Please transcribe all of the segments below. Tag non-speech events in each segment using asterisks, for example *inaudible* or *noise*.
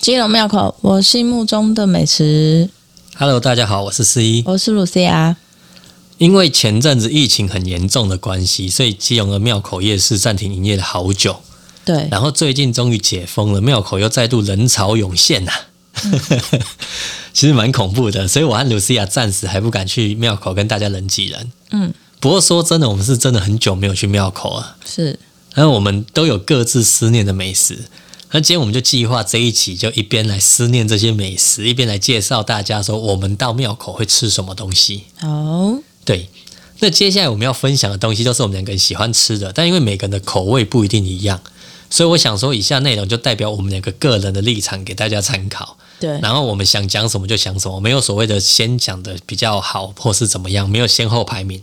基隆庙口，我心目中的美食， Hello，大家好，我是四一。我是露西亚。因为前阵子疫情很严重的关系，所以基隆的庙口夜市暂停营业了好久。对，然后最近终于解封了，庙口又再度人潮涌现呐、啊 *laughs* 其实蛮恐怖的。所以我和 Lucia 暂时还不敢去庙口跟大家人挤人。嗯，不过说真的，我们是真的很久没有去庙口了。是然后我们都有各自思念的美食。那今天我们就计划这一期，就一边来思念这些美食，一边来介绍大家说我们到庙口会吃什么东西。好，对，那接下来我们要分享的东西都是我们两个人喜欢吃的，但因为每个人的口味不一定一样，所以我想说，以下内容就代表我们两个个人的立场给大家参考。对，然后我们想讲什么就讲什么，没有所谓的先讲的比较好或是怎么样，没有先后排名。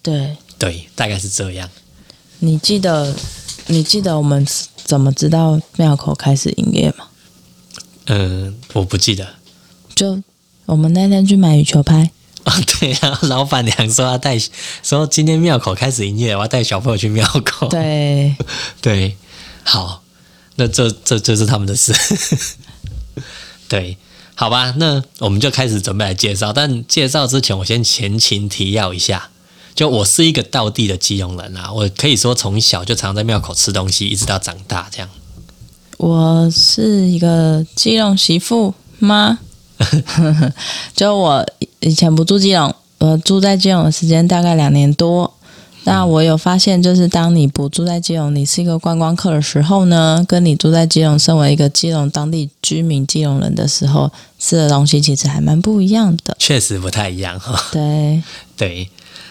对，对，大概是这样。你记得你记得我们怎么知道庙口开始营业吗？嗯，我不记得。就我们那天去买羽球拍，哦，对，然后老板娘说要带，说今天庙口开始营业，我要带小朋友去庙口。对，对，好，那这这就是他们的事。 *laughs* 对，好吧，那我们就开始准备来介绍。但介绍之前，我先前情提要一下。就我是一个道地的基隆人啊，我可以说从小就常在庙口吃东西，一直到长大这样。我是一个基隆媳妇吗？ *laughs* 就我以前不住基隆，我住在基隆的时间大概两年多。那我有发现，就是当你不住在基隆，你是一个观光客的时候呢，跟你住在基隆，身为一个基隆当地居民、基隆人的时候，吃的东西其实还蛮不一样的。确实不太一样哈。 *laughs* 对，对，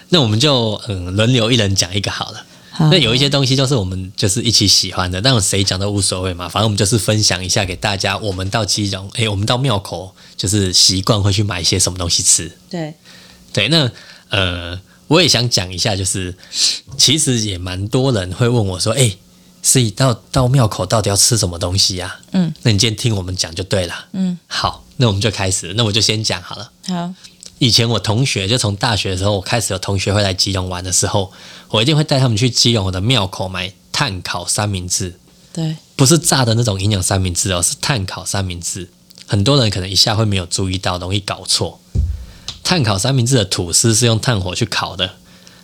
那我们就嗯轮流一人讲一个好了。好那，有一些东西就是我们就是一起喜欢的，但谁讲都无所谓嘛，反正我们就是分享一下给大家，我们到基隆，诶，我们到庙口就是习惯会去买一些什么东西吃。对，对，那呃，我也想讲一下，就是其实也蛮多人会问我说，诶，所以到到庙口到底要吃什么东西呀、嗯，那你今天听我们讲就对了。嗯，好，那我们就开始，那我就先讲好了。好，以前我同学就从大学的时候，我开始有同学会来基隆玩的时候，我一定会带他们去基隆的庙口买炭烤三明治，对，不是炸的那种营养三明治哦，是炭烤三明治。很多人可能一下会没有注意到，容易搞错。炭烤三明治的吐司是用炭火去烤的，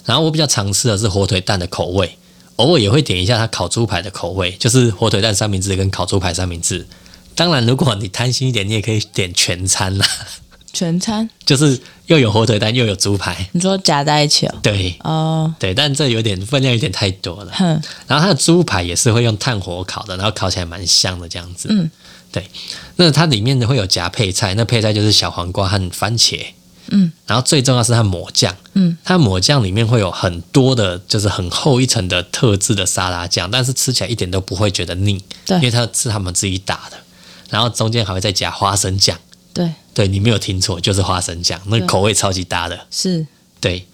然后我比较常吃的是火腿蛋的口味，偶尔也会点一下它烤猪排的口味，就是火腿蛋三明治跟烤猪排三明治。当然，如果你贪心一点，你也可以点全餐啦，全餐，就是又有火腿蛋又有猪排。 *laughs* 你说夹在一起哦，对哦，对，但这有点分量有点太多了。哼，然后它的猪排也是会用炭火烤的，然后烤起来蛮香的这样子。嗯，对。那它里面呢会有夹配菜，那配菜就是小黄瓜和番茄。嗯，然后最重要是它抹酱。嗯，它抹酱里面会有很多的，就是很厚一层的特制的沙拉酱，但是吃起来一点都不会觉得腻，对因为它是他们自己打的。然后中间还会再加花生酱，对，对你没有听错，就是花生酱，那对口味超级搭的。是，对，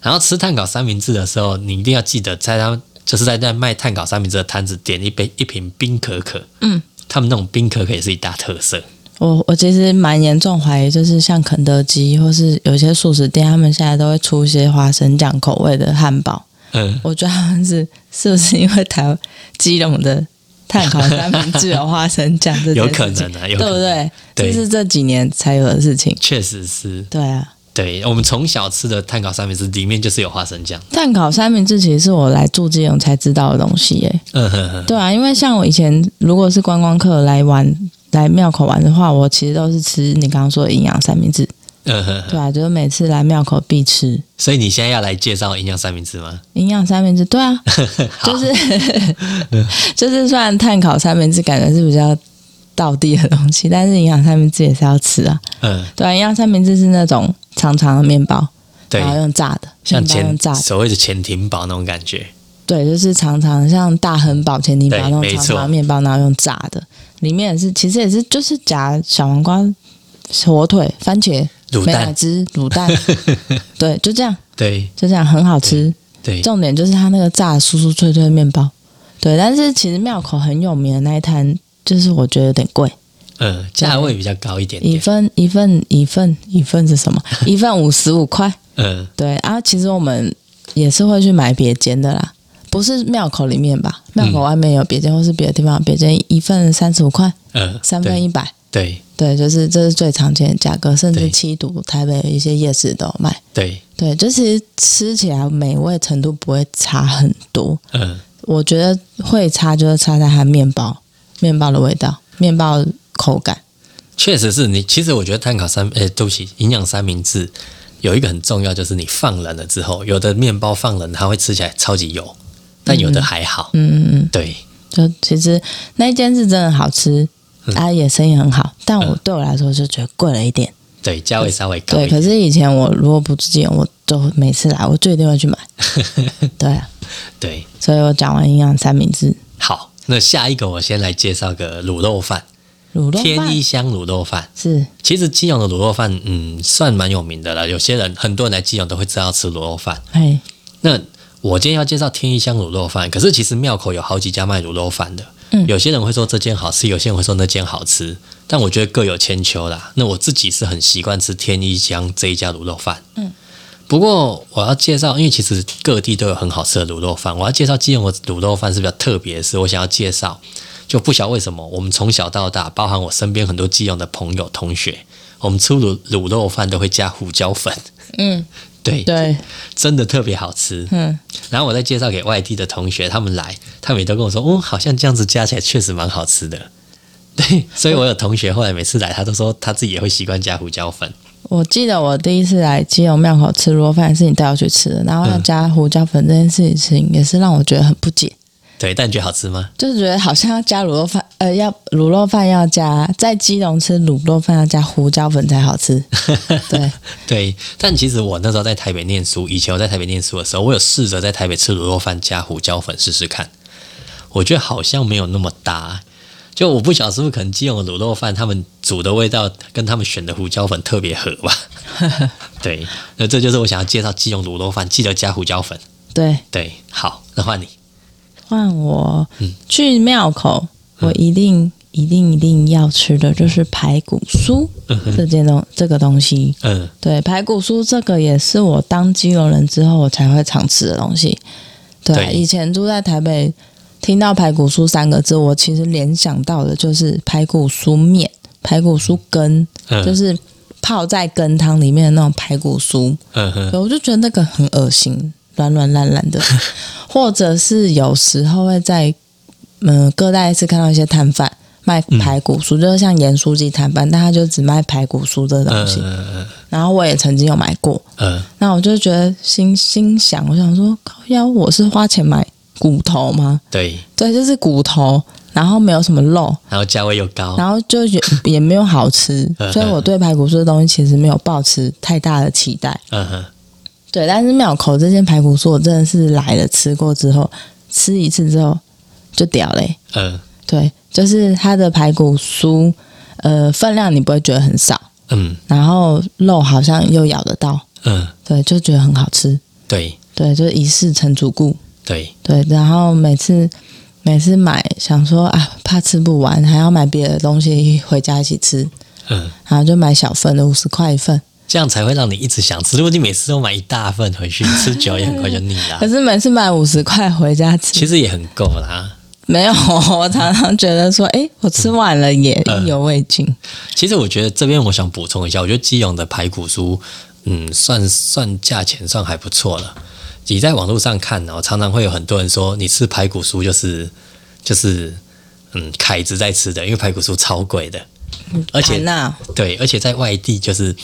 然后吃碳烤三明治的时候，你一定要记得在他们就是在那卖碳烤三明治的摊子点一杯一瓶冰可可。嗯，他们那种冰可可也是一大特色。我我其实蛮严重怀疑，就是像肯德基或是有些素食店，他们现在都会出一些花生酱口味的汉堡。嗯，我觉得他们是是不是因为台湾基隆的碳烤三明治有花生酱这 *laughs* 有件可事情能啊有对不可对？这对是这几年才有的事情。确实是。对啊，对我们从小吃的碳烤三明治里面就是有花生酱。碳烤三明治其实是我来住基隆才知道的东西耶、嗯哼哼，对啊，因为像我以前如果是观光客来玩来庙口玩的话，我其实都是吃你刚刚说的营养三明治。嗯哼哼。对啊，就是每次来庙口必吃。所以你现在要来介绍营养三明治吗？营养三明治，对 *laughs* 啊，就是 *laughs* 就是，虽然碳烤三明治感觉是比较道地的东西，但是营养三明治也是要吃啊。嗯，对啊，营养三明治是那种长长的面包，对然，后用炸的，像面包用前炸的，所谓的前庭堡那种感觉。对，就是长长的像大亨堡、前提堡对那种没长长的错面包，然后用炸的，里面也是其实也是就是夹小黄瓜、火腿、番茄、卤美乃蛋，滋、卤 *laughs* 蛋，对，就这样，对就这样，很好吃。对，重点就是它那个炸得酥酥脆脆的面包，对。但是其实庙口很有名的那一摊，就是我觉得有点贵，嗯，价位比较高一点一点，份一份一份一份是什么？一份五十五块，嗯，对。啊，其实我们也是会去买别间的啦，不是庙口里面吧？庙口外面有别间，或是别的地方有别间，一份三十五块，呃，三分一百，对对，就是这是最常见的价格，甚对至七度台北一些夜市都有卖。对，对，就其实吃起来美味程度不会差很多，嗯，我觉得会差就是差在它面包，面包的味道，面包口感。确实是你。其实我觉得碳烤三，诶，对不起，营养三明治有一个很重要，就是你放冷了之后，有的面包放冷它会吃起来超级油，但有的还好。嗯嗯嗯，对，就其实那一间是真的好吃，它、也生意很好，但我嗯对我来说就觉得贵了一点。对，价位稍微高对，一可点。是以前我如果不自己用，我就每次来我就一定会去买。对啊， *laughs* 对，所以我讲完营养三明治，好，那下一个我先来介绍个卤肉饭，卤肉天饭一香卤肉饭。是其实基隆的卤肉饭，嗯，算蛮有名的了。有些人很多人来基隆都会知道吃卤肉饭。嘿那我今天要介绍天一香卤肉饭，可是其实庙口有好几家卖卤肉饭的。嗯有些人会说这间好吃，有些人会说那间好吃，但我觉得各有千秋啦。那我自己是很习惯吃天一香这一家卤肉饭。嗯，不过我要介绍，因为其实各地都有很好吃的卤肉饭，我要介绍基隆的卤肉饭是比较特别的是，我想要介绍，就不晓得为什么，我们从小到大，包含我身边很多基隆的朋友同学，我们吃卤卤肉饭都会加胡椒粉。嗯， *laughs* 对，对，真的特别好吃。嗯，然后我再介绍给外地的同学，他们来，他们也都跟我说，哦，好像这样子加起来确实蛮好吃的。对，所以我有同学后来每次来，他都说他自己也会习惯加胡椒粉。我记得我第一次来基隆庙口吃卤肉饭是你带我去吃的，然嗯后要加胡椒粉这件事情也是让我觉得很不解，对，但你觉得好吃吗？就是觉得好像要加卤肉饭，呃，要卤肉饭要加在基隆吃卤肉饭要加胡椒粉才好吃。 *laughs* 对， *laughs* 对，但其实我那时候在台北念书，以前我在台北念书的时候，我有试着在台北吃卤肉饭加胡椒粉试试看，我觉得好像没有那么搭。就我不晓得是不是可能基隆的卤肉饭他们煮的味道跟他们选的胡椒粉特别 *laughs* 合吧？对，那这就是我想要介绍基隆卤肉饭，记得加胡椒粉。对，对，好，那换你。换我、去庙口，我一定、一定一定要吃的就是排骨酥、这件东这个东西。嗯，对，排骨酥这个也是我当基隆人之后我才会常吃的东西。对，啊对以前住在台北，听到排骨酥三个字，我其实联想到的就是排骨酥面、排骨酥羹，嗯就是泡在羹汤里面的那种排骨酥。嗯哼，对，我就觉得那个很恶心，软软烂烂 *laughs* 的，或者是有时候会在嗯、各大夜市看到一些摊贩卖排骨嗯酥，就是像盐酥鸡摊贩，但他就只卖排骨酥这东嗯西。嗯然后我也曾经有买过，嗯那我就觉得心心想，我想说，靠腰，我是花钱买骨头吗？对，对，就是骨头，然后没有什么肉，然后价位又高，然后就也也没有好吃，所以我对排骨酥的东西其实没有抱持太大的期待。嗯哼，对，但是庙口这间排骨酥，我真的是来了吃过之后，吃一次之后就屌嘞、嗯对，就是它的排骨酥，呃，分量你不会觉得很少，嗯然后肉好像又咬得到，嗯，对，就觉得很好吃。对对，就是一试成主顾。对，对，然后每次每次买，想说啊，怕吃不完，还要买别的东西回家一起吃，嗯。然后就买小份的，五十块一份。这样才会让你一直想吃。如果你每次都买一大份回去，吃久了也很快就腻啦 *laughs* 可。是每次买五十块回家吃，啊其实也很够啦。没有，我常常觉得说，诶，哎我吃完了也嗯意犹未尽。其实我觉得这边我想补充一下，我觉得基隆的排骨酥，嗯，算算价钱算还不错了。你在网络上看哦，常常会有很多人说，你吃排骨酥就是就是嗯凯子在吃的，因为排骨酥超贵的，而且盘呐、对，而且在外地就是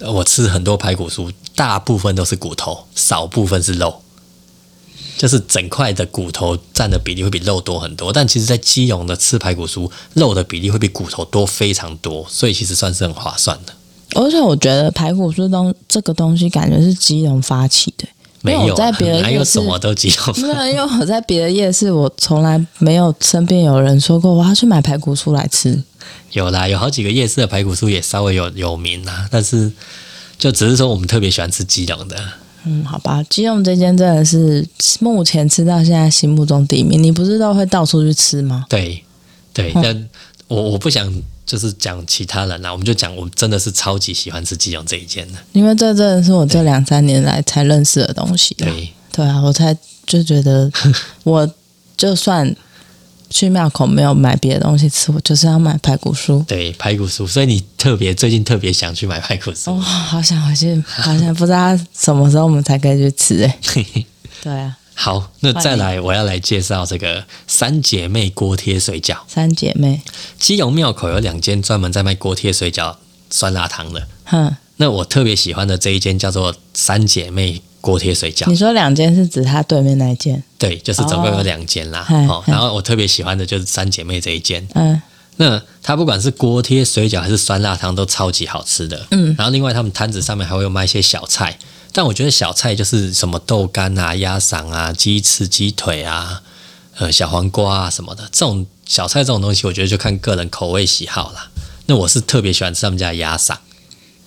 呃我吃很多排骨酥，大部分都是骨头，少部分是肉，就是整块的骨头占的比例会比肉多很多。但其实，在基隆的吃排骨酥，肉的比例会比骨头多非常多，所以其实算是很划算的。而且我觉得排骨酥东这个东西，感觉是基隆发起的、没因为有啊我在别的 *laughs* 哪有夜市，什么都基隆没有，因为我在别的夜市，我从来没有身边有人说过我要去买排骨酥来吃。有啦，有好几个夜市的排骨酥也稍微有有名啦，但是就只是说我们特别喜欢吃基隆的。嗯，好吧，基隆这间真的是目前吃到现在心目中第一名。你不是都会到处去吃吗？对对，嗯但我我不想就是讲其他人啦，我们就讲我真的是超级喜欢吃基隆这一间的。因为这真的是我这两三年来才认识的东西、啊。对， *laughs* 对啊，我才就觉得我就算去庙口没有买别的东西吃，我就是要买排骨酥。对，排骨酥，所以你特别最近特别想去买排骨酥。哦，好想回去，好想不知道什么时候我们才可以去吃哎、对啊， *laughs* 好，那换再你来，我要来介绍这个三姐妹锅贴水饺。三姐妹，基隆庙口有两间专门在卖锅贴水饺、酸辣汤的。哼，那我特别喜欢的这一间叫做三姐妹锅贴水饺你，说两间是指他对面那一间？对，就是总共有两间啦。哦哦，嗯然后我特别喜欢的就是三姐妹这一间。嗯那它不管是锅贴、水饺还是酸辣汤，都超级好吃的。嗯，然后另外他们摊子上面还会有卖一些小菜，但我觉得小菜就是什么豆干啊、鸭嗓啊、鸡翅、鸡腿啊、呃小黄瓜啊什么的，这种小菜这种东西，我觉得就看个人口味喜好啦。那我是特别喜欢吃他们家的鸭嗓，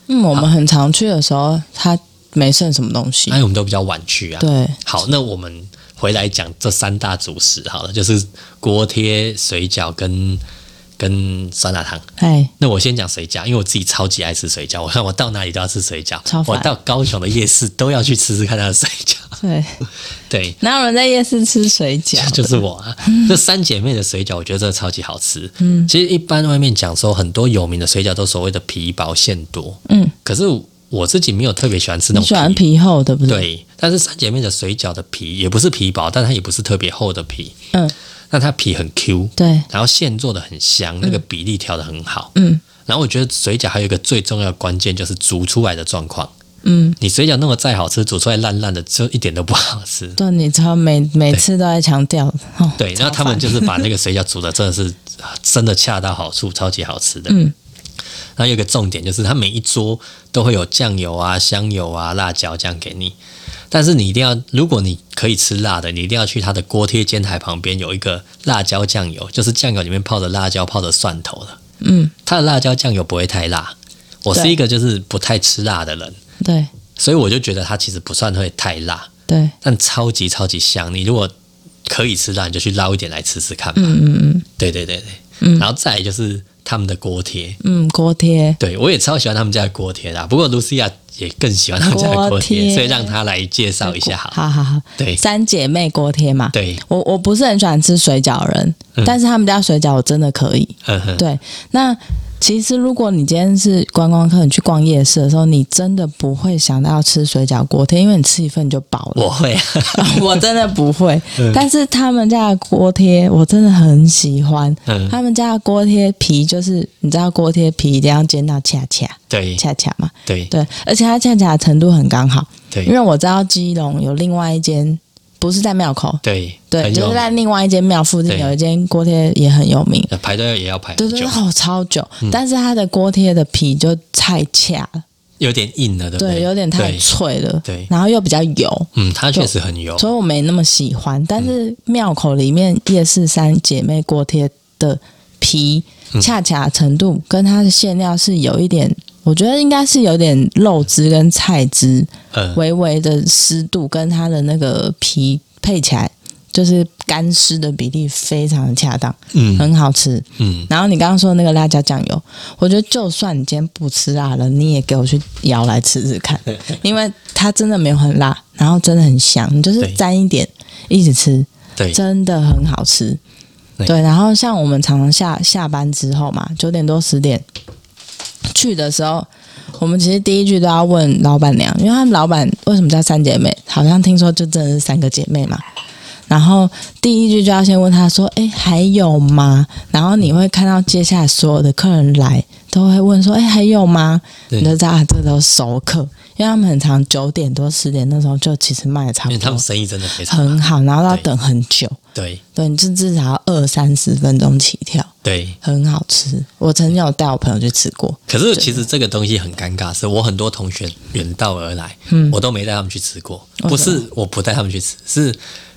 嗯，我们很常去的时候，他没剩什么东西。因为我们都比较晚去啊。对，好，那我们回来讲这三大主食好了，就是锅贴、水饺跟跟酸辣汤。哎，那我先讲水饺，因为我自己超级爱吃水饺。我看我到哪里都要吃水饺超，烦我到高雄的夜市都要去吃吃看它的水饺。 *laughs* 对，对，哪有人在夜市吃水饺的？就是我啊。嗯这三姐妹的水饺，我觉得真的超级好吃。嗯，其实一般外面讲说很多有名的水饺都所谓的皮薄馅多，嗯，可是我自己没有特别喜欢吃那你种喜欢皮。皮厚对不对？对，但是三姐妹的水饺的皮也不是皮薄，但它也不是特别厚的皮，嗯，那它皮很 Q，对，然后馅做的很香，那个比例调的很好。嗯然后我觉得水饺还有一个最重要的关键就是煮出来的状况。嗯，你水饺弄得再好吃，煮出来烂烂的，就一点都不好吃。对，你知道每每次都在强调，哦、对，超那他们烦就是把那个水饺煮的真的是真的恰到好处，超级好吃的。嗯，然后有一个重点就是，它每一桌都会有酱油啊、香油啊、辣椒酱给你，但是你一定要，如果你可以吃辣的，你一定要去它的锅贴煎台旁边有一个辣椒酱油，就是酱油里面泡着辣椒、泡着蒜头的。嗯，它的辣椒酱油不会太辣。我是对一个就是不太吃辣的人，对所以我就觉得它其实不算会太辣，对，但超级超级香。你如果可以吃辣，你就去捞一点来吃吃看吧。嗯嗯嗯对对对对，然后再来就是他们的锅贴，嗯，锅贴，对我也超喜欢他们家的锅贴啦。不过 Lucia 也更喜欢他们家的锅锅贴，贴所以让她来介绍一下好了。好好好，对三姐妹锅贴嘛。对，我我不是很喜欢吃水饺的人，嗯但是他们家水饺我真的可以。嗯哼，对，那其实如果你今天是观光客，你去逛夜市的时候，你真的不会想到要吃水饺锅贴，因为你吃一份你就饱了。我会啊， *laughs* 我真的不会嗯，但是他们家的锅贴我真的很喜欢。嗯他们家的锅贴皮就是你知道锅贴皮一定要煎到恰恰对恰恰嘛，对对，而且它恰恰的程度很刚好，因对为我知道基隆有另外一间。不是在庙口，对对，很就有是在另外一间庙附近对有一间锅贴也很有名，呃排队也要排对很对久嗯对，，哦，超久，但是它的锅贴的皮就太恰了，有点硬了，对不对，有点太对脆了，对然后又比较油，嗯，它确实很油，所以我没那么喜欢。但是庙口里面夜市三姐妹锅贴的皮恰恰程度跟它的馅料是有一点，我觉得应该是有点肉汁跟菜汁嗯，微微的湿度，跟它的那个皮配起来。就是干湿的比例非常的恰当，嗯很好吃。嗯，然后你刚刚说的那个辣椒酱油，我觉得就算你今天不吃辣了，你也给我去舀来吃吃看，因为它真的没有很辣，然后真的很香，你就是对沾一点一直吃，对，真的很好吃。对对，然后像我们常常下下班之后嘛，九点多十点去的时候，我们其实第一句都要问老板娘，因为他们老板为什么叫三姐妹？好像听说就真的是三个姐妹嘛。然后第一句就要先问他说：“哎，还有吗？”然后你会看到接下来所有的客人来都会问说：“哎，还有吗？”对你就知道啊这都是熟客，因为他们很常九点多十点那时候就其实卖的差因不为他们多，生意真的非常很好，然后要对等很久。对对，你至至少要二三十分钟起跳，对。很好吃。我曾经有带我朋友去吃过，可是其实这个东西很尴尬，是我很多同学远道而来，嗯我都没带他们去吃过。不为什么是我不带他们去吃，是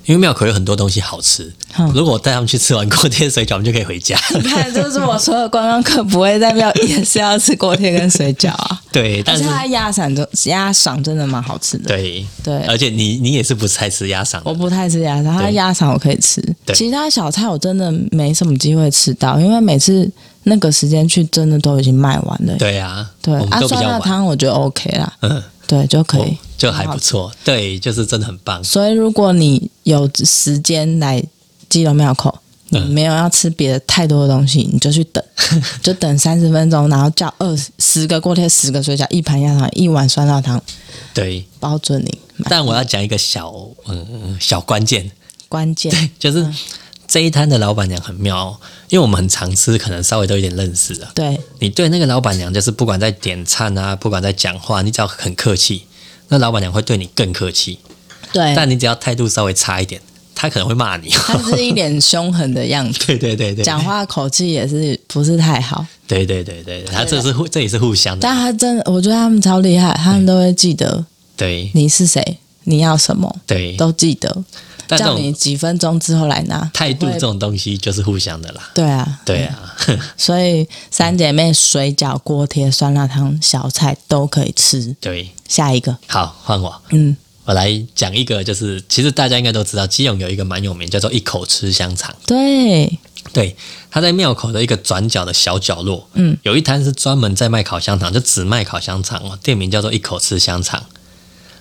因为庙口有很多东西好吃。嗯如果我带他们去吃完锅贴水饺，我们就可以 *laughs* 回家。你看，就是我说的观光客不会在庙也是要吃锅贴跟水饺啊，对， *laughs* 但但是是它的鸭嗓真鸭嗓真的蛮好吃的。对，对，而且你你也是不太吃鸭嗓我的，不太吃鸭肠，它的对鸭肠我可以吃，对其他小菜我真的没什么机会吃到，因为每次那个时间去真的都已经卖完了。对啊，对，我们啊都，比酸较辣晚，汤我觉得 OK 啦，嗯，对，就可以我。就还不错。对，就是真的很棒。所以如果你有时间来基隆庙口，你你嗯没有要吃别的太多的东西，你就去 *laughs* 等，就等三十分钟，然后叫二十十个锅贴，十个水饺，一盘鸭肠，一碗酸辣汤，对，包准你。但我要讲一个小嗯小关键，关键就是这一摊的老板娘很妙、哦，因为我们很常吃，可能稍微都有点认识了。对你对那个老板娘，就是不管在点餐啊，不管在讲话，你只要很客气，那老板娘会对你更客气。对，但你只要态度稍微差一点，她可能会骂你。 *laughs* 他是一脸凶狠的样子，对对对对，讲话口气也是不是太 *laughs* 好，对对对对，他这是互，这也是互相的但。他真的，我觉得他们超厉害，他们都会记得对你是谁，你要什么，对，都记得，嗯但这叫种你几分钟之后来拿。态度不会这种东西就是互相的啦。对啊，对啊， *laughs* 所以三姐妹水饺、锅贴、酸辣汤、小菜都可以吃。对，下一个，好，换我，嗯，我来讲一个，就是其实大家应该都知道，基隆有一个蛮有名，叫做一口吃香肠。对，对，它在庙口的一个转角的小角落，嗯，有一摊是专门在卖烤香肠，就只卖烤香肠哦，店名叫做一口吃香肠。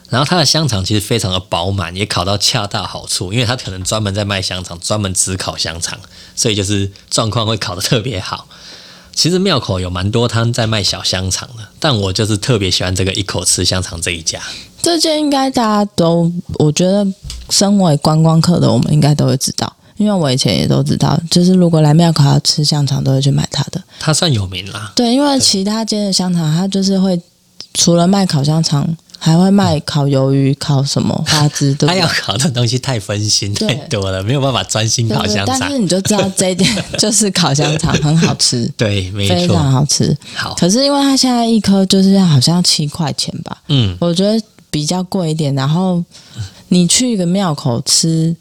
然后它的香肠其实非常的饱满，也烤到恰到好处，因为它可能专门在卖香肠，专门只烤香肠，所以就是状况会烤得特别好。其实庙口有蛮多摊在卖小香肠的，但我就是特别喜欢这个一口吃香肠这一家。这件应该大家都，我觉得身为观光客的我们应该都会知道，因为我以前也都知道，就是如果来庙口要吃香肠，都会去买它的。它算有名啦，对，因为其他间的香肠，它就是会除了卖烤香肠，还会卖烤鱿鱼、烤什么花枝， *laughs* 对不它对要？烤的东西太分心对太多了，没有办法专心对烤香但是肠。你就知道这一点就是烤香肠很好吃，对，没非常错。好吃。好，可是因为它现在一颗就是好像要七块钱吧，嗯，我觉得比较贵一点。然后你去一个庙口吃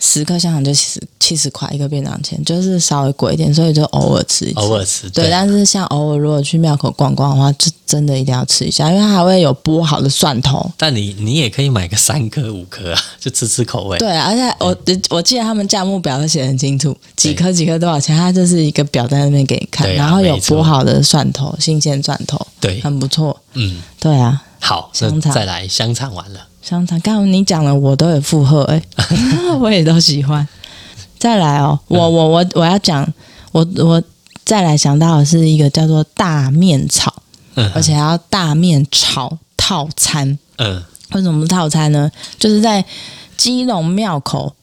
十颗香肠就七十七十块一个便当钱，就是稍微贵一点，所以就偶尔吃一次。偶尔吃，对，但是像偶尔如果去庙口逛逛的话，就真的一定要吃一下，因为它还会有剥好的蒜头。但你你也可以买个三颗五颗啊， *laughs* 就吃吃口味。对，而且我我记得他们价目表都写得很清楚，几颗几颗多少钱，它就是一个表在那边给你看，对啊然后有没错剥好的蒜头，新鲜蒜头，对很不错。嗯，对啊，好，那香肠再来香肠完了，香肠，刚刚你讲了，我都有附和、欸， *laughs* 我也都喜欢。再来哦，我我我我要讲，我我再来想到的是一个叫做大面炒，嗯而且还要大面炒套餐。嗯， *laughs* 为什么是套餐呢？就是在基隆庙口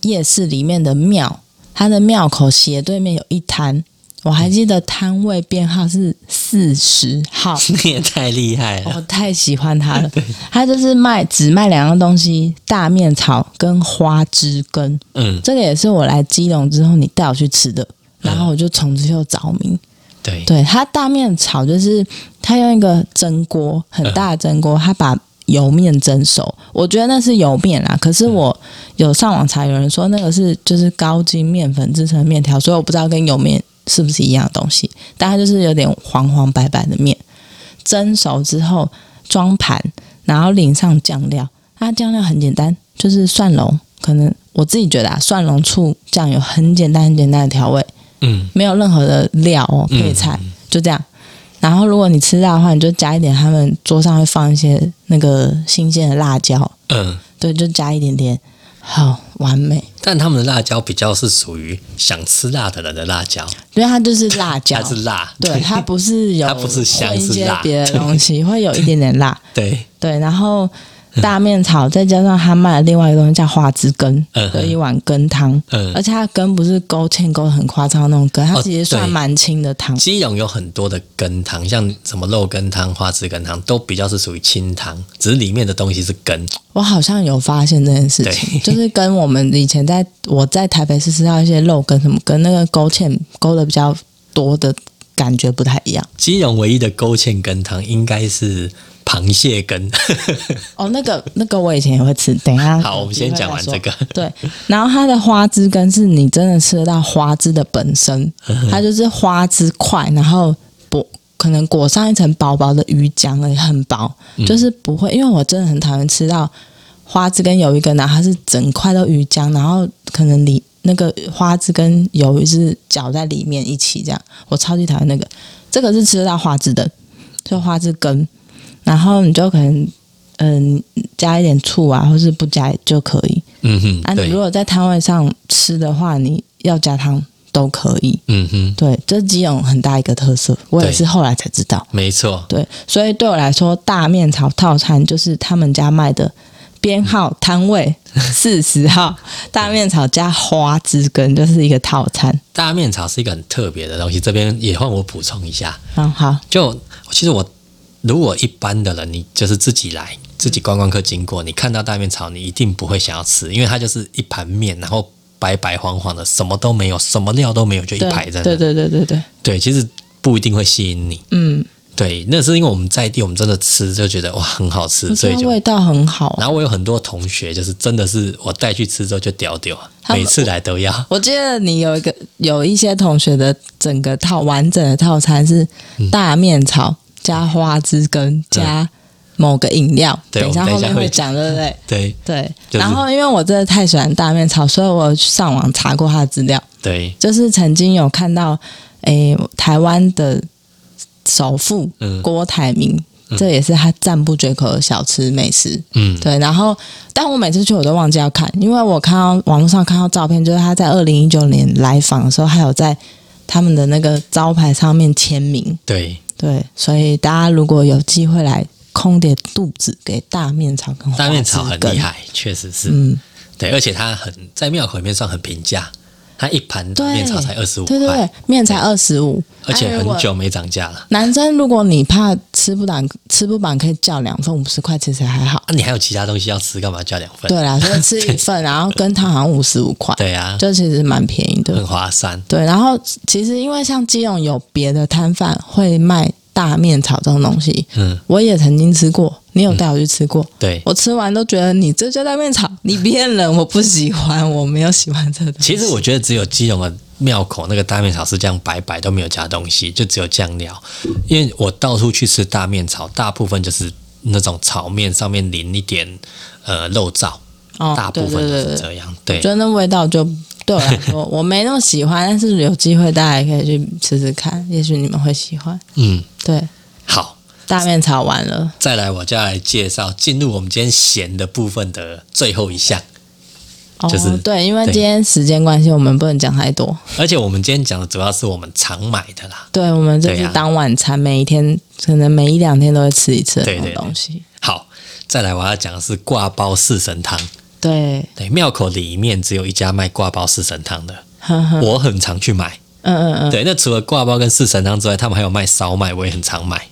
夜市里面的庙，它的庙口斜对面有一摊，我还记得摊位编号是四十号。你也太厉害了，我哦太喜欢它了，它就是卖只卖两样东西，大面草跟花枝根，嗯，这个也是我来基隆之后你带我去吃的，然后我就从此就着迷。对，对，它大面炒就是它用一个蒸锅，很大的蒸锅，它把油面蒸熟。我觉得那是油面啦，可是我有上网查，有人说那个是就是高筋面粉制成的面条，所以我不知道跟油面是不是一样的东西，但它就是有点黄黄白白的面。蒸熟之后装盘，然后淋上酱料。它酱料很简单，就是蒜蓉，可能我自己觉得啊，蒜蓉、醋、酱油很简单很简单的调味。嗯，没有任何的料哦，配菜、就这样。然后如果你吃辣的话，你就加一点，他们桌上会放一些那个新鲜的辣椒，嗯，对，就加一点点，好完美。但他们的辣椒比较是属于想吃辣的人的辣椒，因为它就是辣椒它，是辣，对，它不是有 *laughs* 它不是香混一是些辣别的东西， *laughs* 会有一点点辣。对，对，然后大面炒，再加上他卖的另外一个东西叫花枝羹嗯的一碗羹汤，嗯而，且它的羹不是勾芡勾的很夸张的那种羹，它哦其实对算蛮轻的汤。基隆有很多的羹汤，像什么肉羹汤、花枝羹汤，都比较是属于清汤，只是里面的东西是羹，我好像有发现这件事情， *laughs* 就是跟我们以前在我在台北市吃到一些肉跟什么，跟那个勾芡勾的比较多的感觉不太一样。基隆唯一的勾芡羹汤应该是螃蟹羹。 *laughs* *laughs* 哦，那个那个我以前也会吃，等一下好，我们先讲完这有机会再说。个。 *laughs* 对，然后它的花枝根是你真的吃得到花枝的本身，嗯它就是花枝块，然后薄可能裹上一层薄薄的鱼浆而已，很薄，嗯就是不会，因为我真的很讨厌吃到花枝跟鱿鱼羹，然后它是整块都鱼浆，然后可能里那个花枝跟鱿鱼是搅在里面一起这样，我超级讨厌那个。这个是吃得到花枝的，就花枝根，然后你就可能嗯加一点醋啊，或是不加就可以。嗯哼，啊，你对如，果在摊位上吃的话，你要加汤都可以。嗯哼，对，这是基隆很大一个特色，我也是后来才知道。没错，对，所以对我来说，大面槽套餐就是他们家卖的编号摊 *laughs* 位四十号大面槽加花枝羹，就是一个套餐。大面槽是一个很特别的东西，这边也换我补充一下。嗯，好，就其实我如果一般的人，你就是自己来，自己观光客经过，你看到大面槽，你一定不会想要吃，因为它就是一盘面，然后白白黄黄的，什么都没有，什么料都没有，就一对排在那。对对对对对，对其实不一定会吸引你。嗯，对，那是因为我们在地，我们真的吃就觉得哇很好吃，所这以就。味道很好。然后我有很多同学，就是真的是我带去吃之后就屌屌，啊他们每次来都要。 *laughs* 我记得你有一个有一些同学的整个套完整的套餐是嗯大面槽加花枝羹加某个饮料，对等一下我们后等面一下会会讲，对不 *laughs* 对？对对。就是然后因为我真的太喜欢大面槽，所以我有去上网查过它的资料，对，就是曾经有看到，诶，台湾的首富嗯郭台铭，这也是他赞不绝口的小吃美食。嗯，对，然后但我每次去我都忘记要看，因为我看到网络上看到照片，就是他在二零一九年来访的时候，还有在他们的那个招牌上面签名。对，对，所以大家如果有机会来，空点肚子给大面草跟大花面枝草很羹厉。害，确实是。嗯，对，而且它很在庙口里面算很平价，它一盘对面炒才二十五块，对对对，面才二十五，而且啊如很果久没涨价了。男生，如果你怕吃不饱，吃不饱可以叫两份五十块，其实还好。啊，你还有其他东西要吃，干嘛叫两份？对啦，所以吃一份，然后跟汤好像五十五块，对啊，就其实蛮便宜的。很划算。对，然后其实因为像基隆有别的摊贩会卖大面炒这种东西，嗯，我也曾经吃过，你有带我去吃过，对。我吃完都觉得你这叫大面炒，你骗人，我不喜欢，我没有喜欢这个东西。其实我觉得只有基隆的庙口那个大面炒是这样白白都没有加东西，就只有酱料。因为我到处去吃大面炒，大部分就是那种炒面上面淋一点呃肉燥，哦大部分对都对是对这样。对我觉得那味道就对我来说我没那么喜欢，但是有机会大家也可以去吃吃看，也许你们会喜欢。嗯，对，好，大面炒完了，再来我就要来介绍进入我们今天咸的部分的最后一项。哦，就是对，因为对今天时间关系，我们不能讲太多。而且我们今天讲的主要是我们常买的啦。对，我们就对是啊当晚餐，每一天可能每一两天都会吃一次的对那对种对东西。好，再来我要讲的是挂包四神汤。对，对，庙口里面只有一家卖挂包四神汤的，呵呵，我很常去买。嗯嗯嗯，对，那除了挂包跟四神汤之外，他们还有卖烧麦，我也很常买。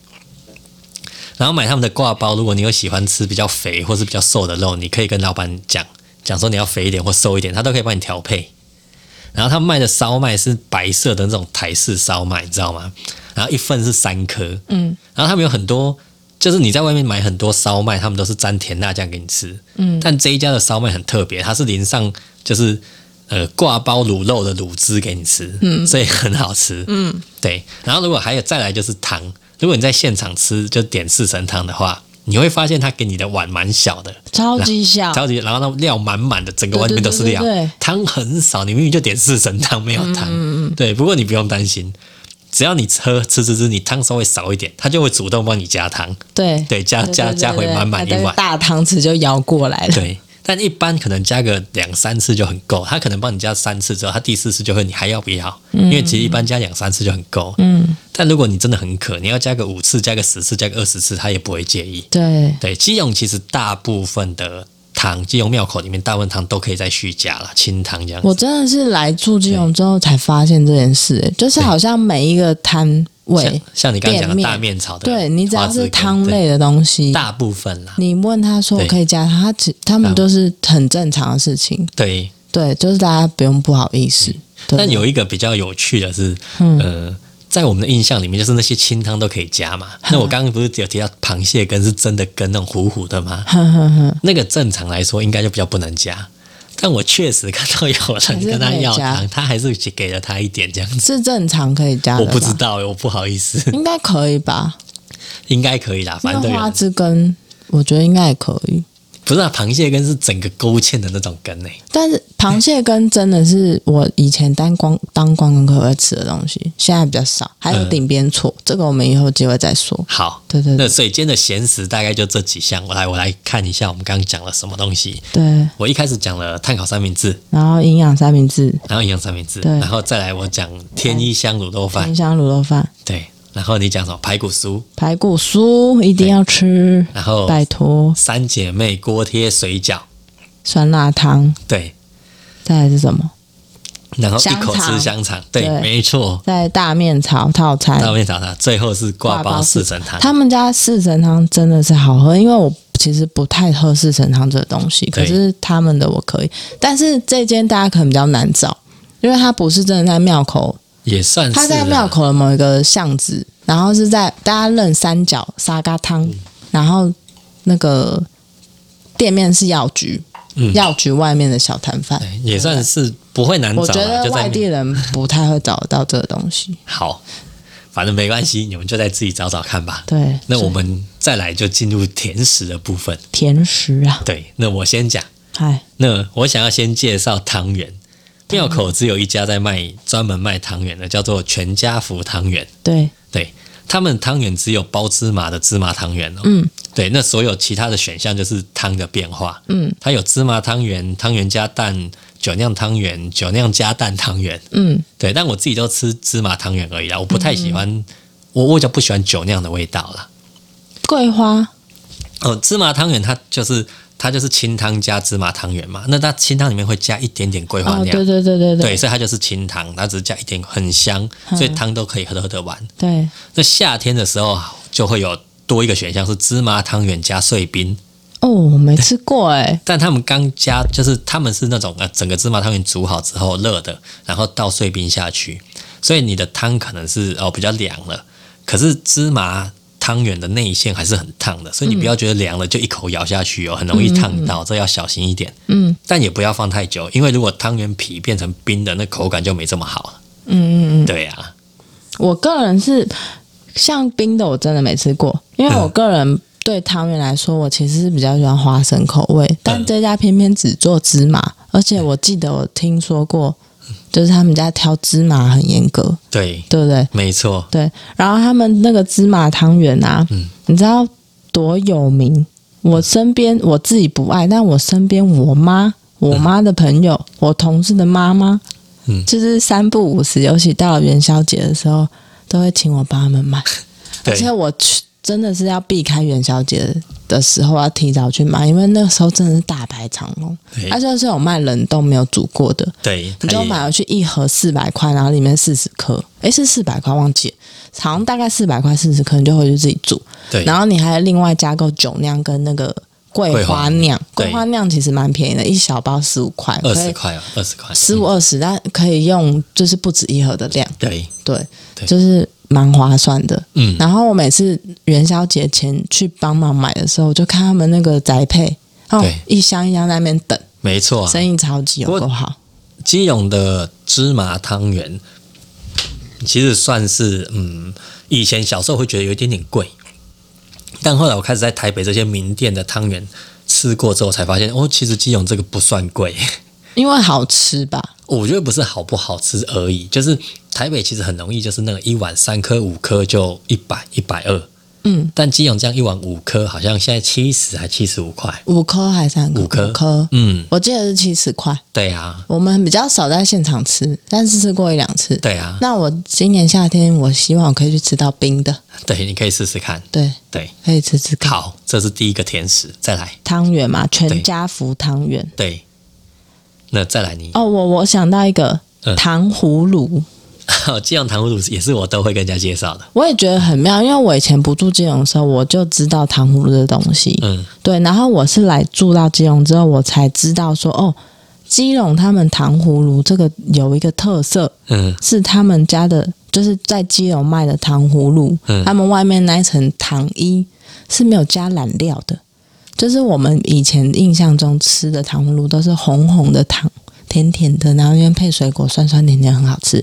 然后买他们的挂包，如果你有喜欢吃比较肥或是比较瘦的肉，你可以跟老板讲，讲说你要肥一点或瘦一点，他都可以帮你调配。然后他们卖的烧麦是白色的那种台式烧麦，你知道吗？然后一份是三颗，嗯，然后他们有很多，就是你在外面买很多烧麦，他们都是沾甜辣酱给你吃，嗯，但这一家的烧麦很特别，它是淋上就是呃挂包卤肉的卤汁给你吃，嗯，所以很好吃，嗯，对。然后如果还有再来就是汤，如果你在现场吃就点四神汤的话，你会发现他给你的碗蛮小的，超级小，超级，然后那料满满的，整个碗里面都是料啊对对对对对，嗯汤很少，你明明就点四神汤，没有汤。对，不过你不用担心，只要你喝吃吃吃，你汤稍微少一点，他就会主动帮你加汤。对对加对加对对加回对满满它一碗那个大汤匙就舀过来了。对，但一般可能加个两三次就很够，他可能帮你加三次之后，他第四次就会你还要不要？嗯因为其实一般加两三次就很够。嗯，但如果你真的很渴，你要加个五次、加个十次、加个二十次，他也不会介意。对对，基隆其实大部分的汤，基隆庙口里面大部分汤都可以再续加了，清汤这样子。我真的是来住基隆之后才发现这件事、欸就是好像每一个摊像位，像你刚刚讲的店大面面炒的花枝羹，对你只要是汤对，类的东西，大部分啦，你问他说对可以加他，他只他们嗯都是很正常的事情。对。对，就是大家不用不好意思。对嗯但有一个比较有趣的是，嗯呃，在我们的印象里面，就是那些清汤都可以加嘛。嗯那我刚刚不是有提到螃蟹羹是真的羹那种糊糊的吗？ *laughs* 哼哼哼，那个正常来说应该就比较不能加。但我确实看到有人跟他要还是可汤，他还是给了他一点这样子。是正常可以加的我吧？不知道、欸，我不好意思，应该可以吧？应该可以啦，反那正都有花人枝羹，我觉得应该也可以。不不是、啊、螃蟹根是整个勾芡的那种根呢、但是螃蟹根真的是我以前当光当观光客会吃的东西，现在比较少。还有嗯顶边错，这个我们以后有机会再说。好，对对那对所以今天的闲食大概就这几项。我来我来看一下我们刚刚讲了什么东西。对，我一开始讲了碳烤三明治，然后营养三明治、然后营养三明治，对然后再来我讲天一香卤肉饭甜，香卤肉饭、对，然后你讲什么排骨酥，排骨酥一定要吃，然后拜托，三姐妹锅贴水饺，酸辣汤，对，再来是什么？然后一口香肠吃香肠，对，对没错，再来大面炒套餐，大面找他，最后是挂包四神汤，他们家四神汤真的是好喝，因为我其实不太喝四神汤这个东西，可对是他们的我可以，但是这间大家可能比较难找，因为它不是真的在庙口，也算是它在啦庙口的某一个巷子，然后是在大家认三角沙嘎汤，嗯然后那个店面是药局，嗯药局外面的小摊贩。对也算是不会难我找觉啦，得就在外地你人不太会找得到这个东西，好，反正没关系，你们就再自己找找看吧。对，那我是们再来就进入甜食的部分。甜食啊，对，那我先讲。嗨，那我想要先介绍汤圆，庙口只有一家在卖专门卖汤圆的，叫做全家福汤圆。对，对，他们汤圆只有包芝麻的芝麻汤圆哦。嗯，对，那所有其他的选项就是汤的变化。嗯，它有芝麻汤圆、汤圆加蛋、酒酿汤圆、酒酿加蛋汤圆。嗯，对，但我自己都吃芝麻汤圆而已啦，我不太喜欢，我我比较不喜欢酒酿的味道啦。桂花，哦，芝麻汤圆它就是它就是清汤加芝麻汤圆嘛，那它清汤里面会加一点点桂花哦，酿，对对对对对，所以它就是清汤，它只是加一点很香，嗯所以汤都可以喝喝得完。对，那夏天的时候啊就会有多一个选项是芝麻汤圆加碎冰，哦，我没吃过哎， *laughs* 但他们刚加就是他们是那种呃整个芝麻汤圆煮好之后热的，然后倒碎冰下去，所以你的汤可能是哦比较凉了，可是芝麻汤圆的内馅还是很烫的，所以你不要觉得凉了就一口咬下去哦，很容易烫到，这要小心一点。嗯，但也不要放太久，因为如果汤圆皮变成冰的，那口感就没这么好了。嗯嗯嗯，对啊呀、我个人是像冰的，我真的没吃过，因为我个人对汤圆来说，我其实是比较喜欢花生口味，但这家偏偏只做芝麻，而且我记得我听说过，就是他们家挑芝麻很严格，对，对不对？没错，对，然后他们那个芝麻汤圆啊，嗯你知道多有名？我身边我自己不爱，但我身边我妈、我妈的朋友、我同事的妈妈，嗯就是三不五时，尤其到了元宵节的时候，都会请我帮他们买。而对且我去真的是要避开元宵节的时候，要提早去买，因为那时候真的是大排长龙，对而且是有卖冷冻没有煮过的，对，你它就也买回去一盒四百块，然后里面四十颗，诶，是四百块忘记了，好像大概四百块四十颗，你就回去自己煮。哎对，然后你还另外加购酒酿跟那个桂花酿，桂花对桂花酿其实蛮便宜的，一小包十五块，二可十以块哦，二十块，十五嗯二十，但可以用就是不止一盒的量，对，对，对就是蛮划算的。嗯，然后我每次元宵节前去帮忙买的时候，我就看他们那个宅配，哦对，一箱一箱在那边等，没错、啊，生意超级有不过够好。基隆的芝麻汤圆，其实算是嗯，以前小时候会觉得有一点点贵，但后来我开始在台北这些名店的汤圆吃过之后，才发现哦，其实基隆这个不算贵。 *laughs* 因为好吃吧？我觉得不是好不好吃而已，就是台北其实很容易，就是那个一碗三颗五颗就一百一百二，嗯，但基隆这样一碗五颗，好像现在七十还七十五块，五颗还是三颗？五颗颗。嗯，我记得是七十块。对啊，我们比较少在现场吃，但是吃过一两次。对啊，那我今年夏天，我希望我可以去吃到冰的，对，你可以试试看，对，对，可以吃吃看好，这是第一个甜食，再来。汤圆嘛，全家福汤圆。对，那再来 *laughs* 你，哦，我我想到一个嗯糖葫芦，基哦隆糖葫芦也是我都会跟人家介绍的。我也觉得很妙，因为我以前不住基隆的时候，我就知道糖葫芦的东西。嗯，对，然后我是来住到基隆之后，我才知道说，哦，基隆他们糖葫芦这个有一个特色，嗯是他们家的，就是在基隆卖的糖葫芦，嗯他们外面那一层糖衣是没有加染料的，就是我们以前印象中吃的糖葫芦都是红红的糖，甜甜的，然后因为配水果酸酸甜甜很好吃。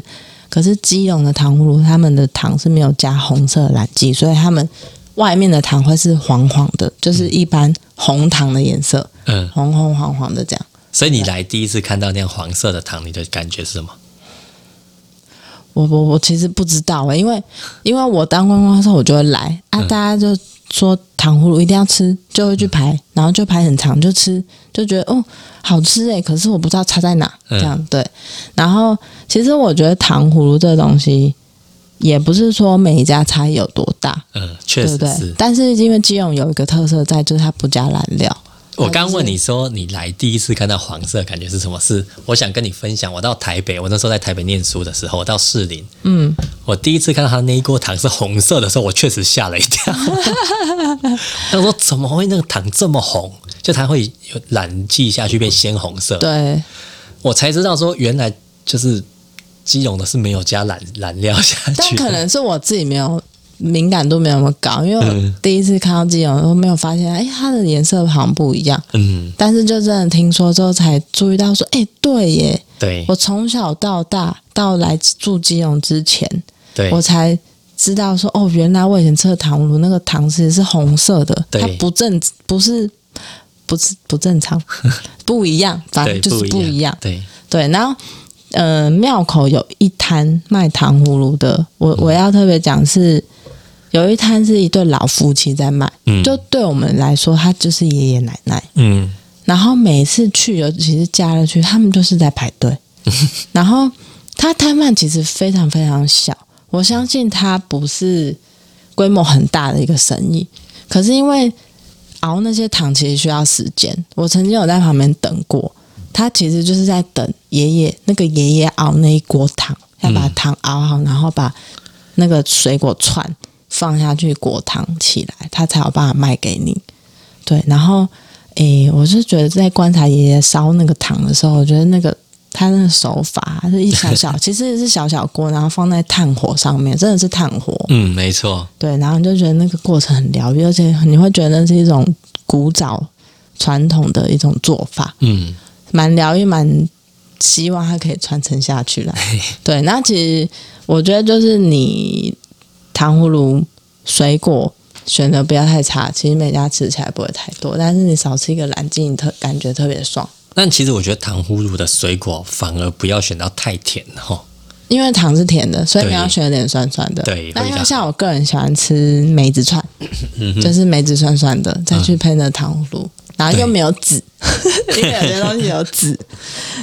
可是基隆的糖葫芦，他们的糖是没有加红色的染剂，所以他们外面的糖会是黄黄的，就是一般红糖的颜色，嗯，红红黄黄的这样。所以你来第一次看到那样黄色的糖，你的感觉是什么？我我我其实不知道欸因为因为我当观光的时候我就会来嗯啊，大家就说糖葫芦一定要吃，就会去排，然后就排很长，就吃，就觉得哦好吃哎，可是我不知道差在哪，嗯这样对。然后其实我觉得糖葫芦这东西也不是说每一家差异有多大，嗯，确对实不是。对？但是因为基隆有一个特色在，就是它不加燃料。我刚问你说，你来第一次看到黄色，感觉是什么？哦是我想跟你分享，我到台北，我那时候在台北念书的时候，我到士林，嗯，我第一次看到他那一锅糖是红色的时候，我确实吓了一 *laughs* 跳。他说怎么会那个糖这么红？就它会有染剂下去变鲜红色。对，我才知道说原来就是基隆的是没有加染染料下但去可的。能是我自己没有敏感度没有那么高，因为嗯我第一次看到基隆的时候没有发现，哎、它的颜色好像不一样。嗯，但是就真的听说之后才注意到说，哎、对耶！对我从小到大到来住基隆之前，对我才知道说，哦，原来我以前吃的糖葫芦那个糖其实是红色的，对它不正不是不是不正 *laughs* 常，不一样，反对正就是不一样。对，对，然后呃，庙口有一摊卖糖葫芦的，我我要特别讲是有一摊是一对老夫妻在卖，嗯就对我们来说，他就是爷爷奶奶。嗯然后每次去，尤其是假日去，他们就是在排队。然后他摊贩其实非常非常小，我相信他不是规模很大的一个生意。可是因为熬那些糖其实需要时间，我曾经有在旁边等过，他其实就是在等爷爷那个爷爷熬那一锅糖，要把糖熬好，然后把那个水果串放下去裹糖起来，他才有办法卖给你。对，然后诶、我是觉得在观察爷爷烧那个糖的时候，我觉得那个他那个手法是一小小，其实也是小小锅，然后放在炭火上面，真的是炭火。嗯，没错，对，然后你就觉得那个过程很疗愈，而且你会觉得那是一种古早传统的一种做法，嗯蛮疗愈，蛮希望它可以传承下去啦。对，那其实我觉得就是你糖葫芦水果选择不要太差，其实每家吃起来不会太多，但是你少吃一个蓝鲸，你特感觉特别爽，但其实我觉得糖葫芦的水果反而不要选到太甜哦。因为糖是甜的，所以你对要选有点酸酸的。对那会因比较嗯为像我个人喜欢吃梅子串，就是梅子酸酸的，再去配那糖葫芦，然后又对没有 *laughs* 籽，因为有些东西有籽，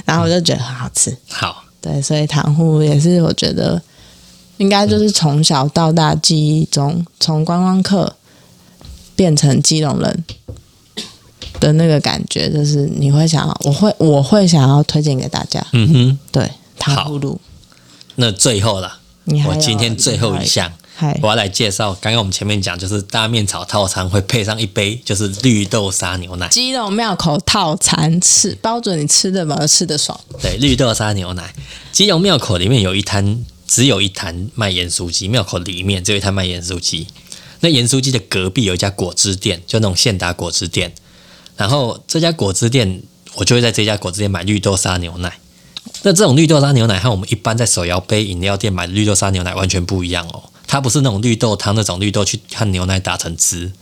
然后我就觉得很好吃。好，对，所以糖葫芦也是我觉得应该就是从小到大记忆中，从观光客变成基隆人的那个感觉，就是你会想要，我会我会想要推荐给大家，嗯哼，对，糖好葫芦。那最后了，你还我有今天最后一，项，嗨我，要来介绍。刚刚我们前面讲，就是大面草套餐会配上一杯就是绿豆沙牛奶。基隆庙口套餐吃，包准你吃得饱，吃得爽。对，绿豆沙牛奶。基隆庙口里面有一摊，只有一摊卖盐酥鸡，庙口里面只有一摊卖盐酥鸡。那盐酥鸡的隔壁有一家果汁店，就那种现打果汁店。然后这家果汁店，我就会在这家果汁店买绿豆沙牛奶。那这种绿豆沙牛奶和我们一般在手摇杯饮料店买的绿豆沙牛奶完全不一样哦，它不是那种绿豆汤那种绿豆去和牛奶打成汁。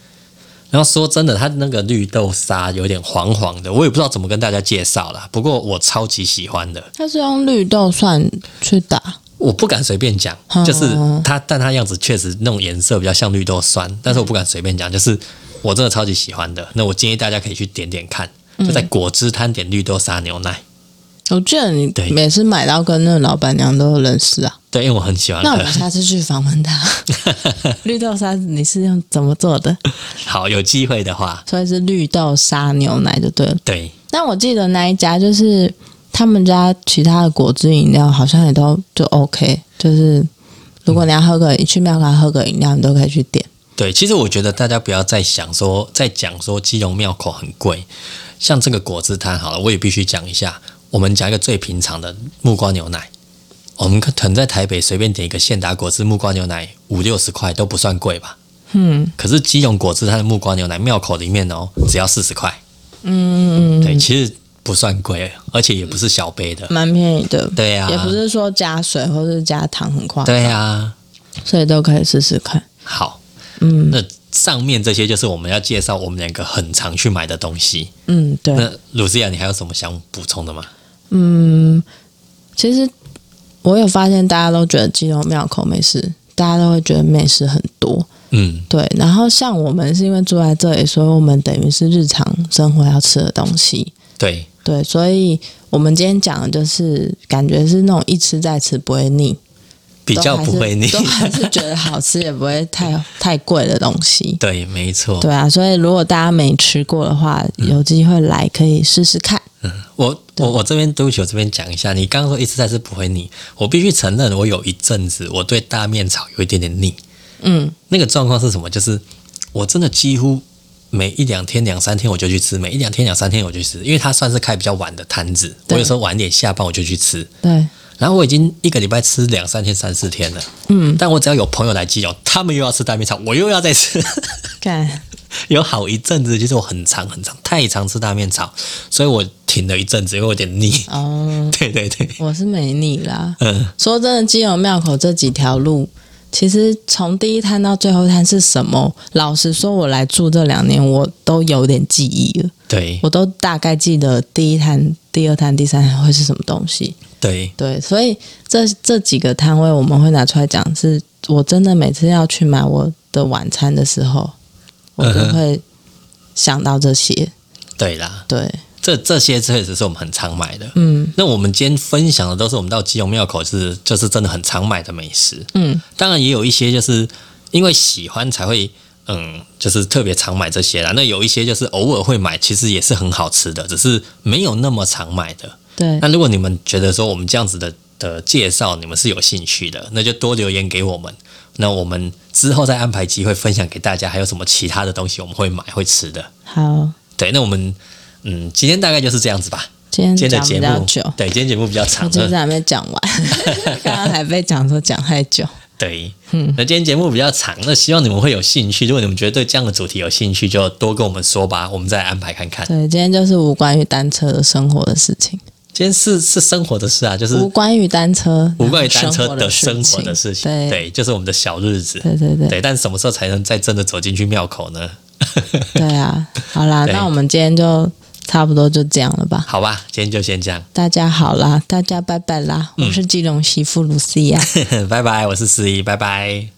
然后说真的，它那个绿豆沙有点黄黄的，我也不知道怎么跟大家介绍啦。不过我超级喜欢的，它是用绿豆蒜去打，我不敢随便讲，嗯就是它，但它样子确实那种颜色比较像绿豆酸，嗯但是我不敢随便讲，就是我真的超级喜欢的。那我建议大家可以去点点看，嗯就在果汁摊点绿豆沙牛奶。我记得你对每次买到跟那个老板娘都有认识啊。对，因为我很喜欢那我喝们。下次去访问他。绿豆沙你是用怎么做的？ *laughs* 好，有机会的话，所以是绿豆沙牛奶就对了。对，但我记得那一家就是他们家其他的果汁饮料好像也都就 OK，就是如果你要喝个去庙口喝个饮料，你都可以去点。对，其实我觉得大家不要再想说，再讲说基隆庙口很贵，像这个果汁摊好了，我也必须讲一下。我们讲一个最平常的木瓜牛奶，我们可能在台北随便点一个现打果汁木瓜牛奶五六十块都不算贵吧？嗯可是基隆果汁它的木瓜牛奶庙口里面哦，只要四十块，嗯嗯，对，其实不算贵，而且也不是小杯的，蛮便宜的。对呀、也不是说加水或是加糖很快，啊对呀、啊所以都可以试试看。好，嗯，那上面这些就是我们要介绍我们两个很常去买的东西。嗯，对，那鲁西亚，你还有什么想补充的吗？嗯，其实我有发现，大家都觉得基隆庙口美食，大家都会觉得美食很多。嗯，对，然后像我们是因为住在这里，所以我们等于是日常生活要吃的东西。对，对，所以我们今天讲的就是，感觉是那种一吃再吃不会腻，比较不会腻都。还是都还是觉得好吃，也不会太太贵的东西。 *laughs* 对，没错。对啊，所以如果大家没吃过的话，嗯有机会来可以试试看。我我我这边对不起，我这边讲一下，你刚刚说一直在是不会腻，我必须承认，我有一阵子我对大面草有一点点腻。嗯，那个状况是什么？就是我真的几乎每一两天、两三天我就去吃，每一两天、两三天我就去吃，因为它算是开比较晚的摊子，我对有时候晚一点下班我就去吃。对，然后我已经一个礼拜吃两三天、三四天了，嗯，但我只要有朋友来基友，他们又要吃大面草，我又要再吃。 *laughs* 干，有好一阵子，其实我很长很长，太常吃大面草，所以我停了一阵子，因为我有点腻。哦， *laughs* 对对对，我是没腻啦。嗯，说真的，基隆庙口这几条路，其实从第一摊到最后摊是什么？老实说，我来住这两年，我都有点记忆了，对我都大概记得第一摊、第二摊、第三摊会是什么东西。对，对，所以这这几个摊位我们会拿出来讲，是我真的每次要去买我的晚餐的时候，我就嗯哼会想到这些。对啦，对，这这些确实是我们很常买的。嗯那我们今天分享的都是我们到基隆庙口是就是真的很常买的美食，嗯，当然也有一些就是因为喜欢才会嗯，就是特别常买这些啦。那有一些就是偶尔会买，其实也是很好吃的，只是没有那么常买的。对，那如果你们觉得说我们这样子的的介绍你们是有兴趣的，那就多留言给我们。那我们之后再安排机会分享给大家，还有什么其他的东西我们会买会吃的。好，对，那我们嗯，今天大概就是这样子吧。今天今嗯天讲的节比较目久，，对，今天节目比较我长，就是那还没讲 *laughs* 完，刚刚还被讲说讲太久。对，嗯那今天节目比较长，那希望你们会有兴趣。如果你们觉得对这样的主题有兴趣，就多跟我们说吧，我们再安排看看。对，今天就是无关于单车的生活的事情，今天是是生活的事啊，就是无关于单车，无关于单然车后的生活的事事情，情。对，对，就是我们的小日子，对对对对，但什么时候才能再真的走进去庙口呢？ *laughs* 对啊，好啦，对那我们今天就差不多就这样了吧。好吧，今天就先这样， *laughs* 大家好嗯啦，大家拜拜啦！我是基隆媳妇卢西亚。拜拜，我是思怡，拜拜。